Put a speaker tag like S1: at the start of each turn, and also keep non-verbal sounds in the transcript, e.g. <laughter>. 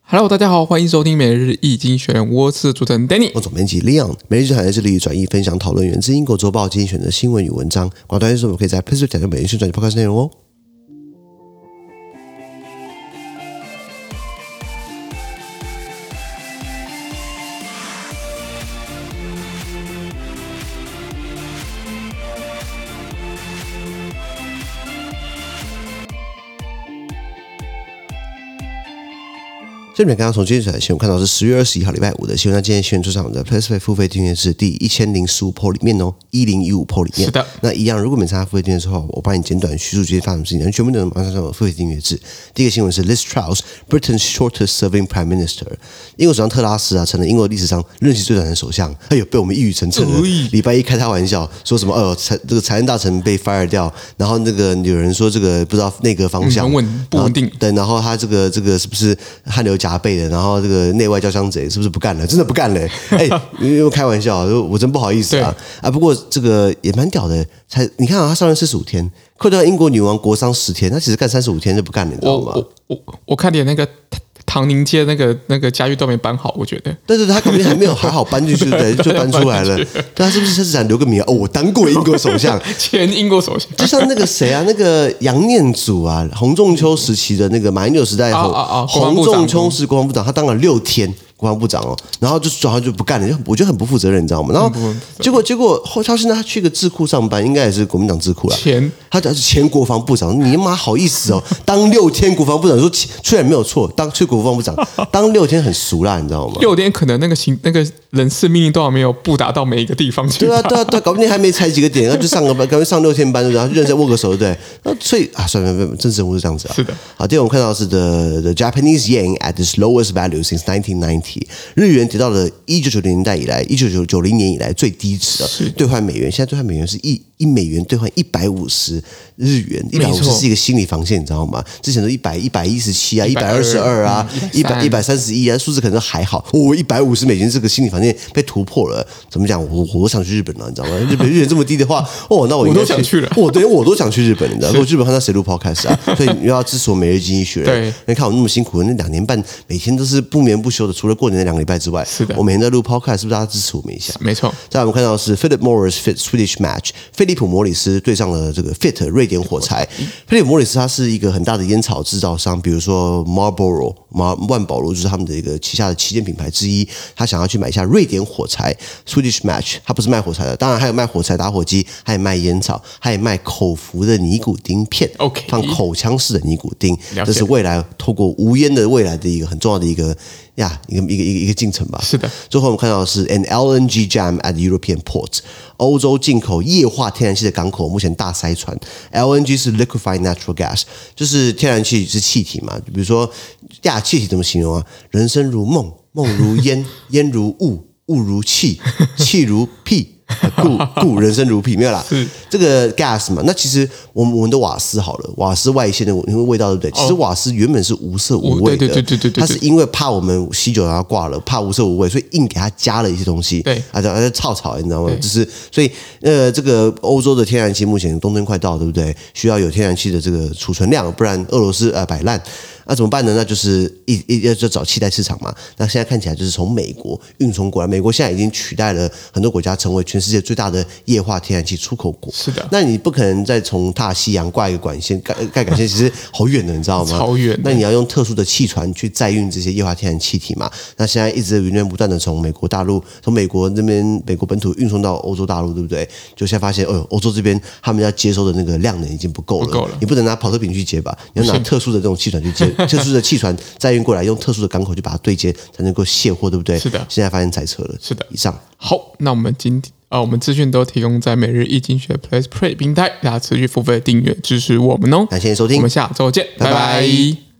S1: Hello，大家好，欢迎收听每日易经选，我是主持人 Danny。
S2: 我总编辑 Leon，每日就产在这里转译分享讨论源自英国周报精选的新闻与文章。广大听众可以在 Facebook 点击每日宣传 Podcast 内容哦。这边刚刚从今天选的新闻看到是十月二十一号礼拜五的新闻，那今天新闻就在我们的 PressPlay 付费订阅制第一千零十五 p 里面哦，一零一五 p 里面。
S1: 是的
S2: 那一样，如果没参加付费订阅之后，我帮你简短叙述这些发生的事情，然后全部内容马上上我付费订阅制。第一个新闻是 Liz Truss, Britain's shortest serving prime minister，英国首相特拉斯啊，成了英国历史上任期最短的首相。哎呦，被我们一语成谶
S1: 哎
S2: 了。礼拜一开他玩笑说什么，呃，财这个财政大臣被 fire 掉，然后那个有人说这个不知道内阁方
S1: 嗯
S2: 向，
S1: 很稳不稳定
S2: 然后对，然后他这个这个是不是汗流浃背的？然后这个内外交相贼是不是不干了？真的不干了、
S1: <laughs>
S2: 欸？哎，又开玩笑，我真不好意思啊啊！不过这个也蛮屌的，才你看啊，他上任四十五天，扣掉英国女王国丧十天，他其实干三十五天就不干了，你知
S1: 我
S2: 道吗？
S1: 我我我看点那个唐唐宁街那个那个家具都没搬好，我觉得 <laughs>
S2: 对对对，他肯定还没有还好搬进去，对，就搬出来了。对，他是不是他是想留个名啊？哦，我当过英国首相，
S1: 前英国首相
S2: 就像那个谁啊，那个杨念祖啊，洪仲秋时期的那个马英九时代后，
S1: 哦哦哦国防
S2: 洪
S1: 部长
S2: 仲秋是国防部长，他当了六天国防部长哦，然后就转行就不干了，就我觉得很不负责任，你知道吗？
S1: 嗯
S2: 然后结果结果后他现在他去个智库上班，应该也是国民党智库啦。
S1: 前
S2: 他讲是前国防部长，你妈好意思哦！当六天国防部长，说其虽然没有错，当去国防部长当六天很俗啦，你知道吗？
S1: 六天可能那个行那个人事命令都还没有布达到每一个地方去
S2: 对
S1: 吧。
S2: 啊，对啊，对啊，搞不定还没踩几个点，然后就上个班，赶快上六天班，然后认真握个手，对不对。那所以啊，算了，算了，政治人物是这样子啊。
S1: 是的。
S2: 好，第二我们看到是 the the Japanese yen at its lowest value since 1990，日元跌到了一九九零年代以来，一九九九零年以来最低值
S1: 是
S2: 了。兑换美元，现在兑换美元是一一美元兑换一百五十日元，一
S1: 没
S2: 百
S1: 错
S2: 五十是一个心理防线，你知道吗？之前都一百一百一十七啊，一百二十
S1: 122
S2: 二啊，一百
S1: 130
S2: 一百三十一啊，数字可能还好。我一百五十美金这个心理防线被突破了，怎么讲？我我想去日本啊了，你知道吗？日本日元这么低的话，哦，那我应该
S1: 我都想去了
S2: 我对我都想去日本了，你知道吗？我去日本看到谁录 podcast 啊？
S1: <laughs>
S2: 所以你要支持我每日经济学。
S1: 对，
S2: 你看我那么辛苦，那两年半每天都是不眠不休的，除了过年那两个礼拜之外，
S1: 是的
S2: 我每天在录 podcast，是不是大家支持我们一下？
S1: 没错，
S2: 再来我们看到的是 Philip Morris fit Swedish match，菲利普摩里斯对上了这个 Fit 瑞典火柴。菲利普摩里斯它是一个很大的烟草制造商，比如说 Marlboro 马万宝路就是他们的一个旗下的旗舰品牌之一。他想要去买下瑞典火柴 Swedish match，它不是卖火柴的，当然还有卖火柴打火机，还有卖烟草，还有卖口服的尼古丁片
S1: OK
S2: 放口腔式的尼古丁，
S1: 了解
S2: 这是未来透过无烟的未来的一个很重要的一个呀一个一个一个一个进程吧。
S1: 是的，
S2: 最后我们看到的是 an LNG jam at European port，欧洲进口液化天然气的港口目前大塞船。LNG 是 liquefied natural gas，就是天然气是气体嘛，比如说呀，气体怎么形容啊？人生如梦，梦如烟，烟如雾，雾
S1: <laughs>
S2: 如气，气如屁。啊故故人生如屁，没有啦
S1: 是。
S2: 这个 gas 嘛，那其实我们我们的瓦斯好了，瓦斯外泄的因为味道对不对？其实瓦斯原本是无色无味的，
S1: 哦对对对对对对
S2: 它是因为怕我们喜酒然后挂了，怕无色无味，所以硬给它加了一些东西，
S1: 对
S2: 啊，然后炒炒，你知道吗？就是所以呃，这个欧洲的天然气目前冬天快到，对不对？需要有天然气的这个储存量，不然俄罗斯呃摆烂。那、怎么办呢？那就是一一要就找替代市场嘛。那现在看起来就是从美国运从过来，美国现在已经取代了很多国家，成为全世界最大的液化天然气出口国。
S1: 是的
S2: 那你不可能再从大西洋挂一个管线盖盖管线，其实好远的，你知道吗？
S1: 超远的
S2: 那你要用特殊的气船去载运这些液化天然气体嘛？那现在一直源源不断的从美国大陆、从美国那边、美国本土运送到欧洲大陆，对不对？就现在发现，哦，欧洲这边他们要接收的那个量能已经不够了，
S1: 不够了
S2: 你不能拿跑车饼去接吧？你要拿
S1: 是
S2: 特殊的这种气船
S1: <laughs>
S2: 去接，特殊的气船载运过来，用特殊的港口去把它对接，才能够卸货，对不对？
S1: 是的
S2: 现在发现塞车了，
S1: 是的
S2: 以上。
S1: 好，那我们今天啊、我们资讯都提供在每日易经学 Plus Play 平台，大家持续付费订阅支持我们哦。
S2: 感谢你收听
S1: 我们下周见，
S2: 哎拜拜
S1: 拜拜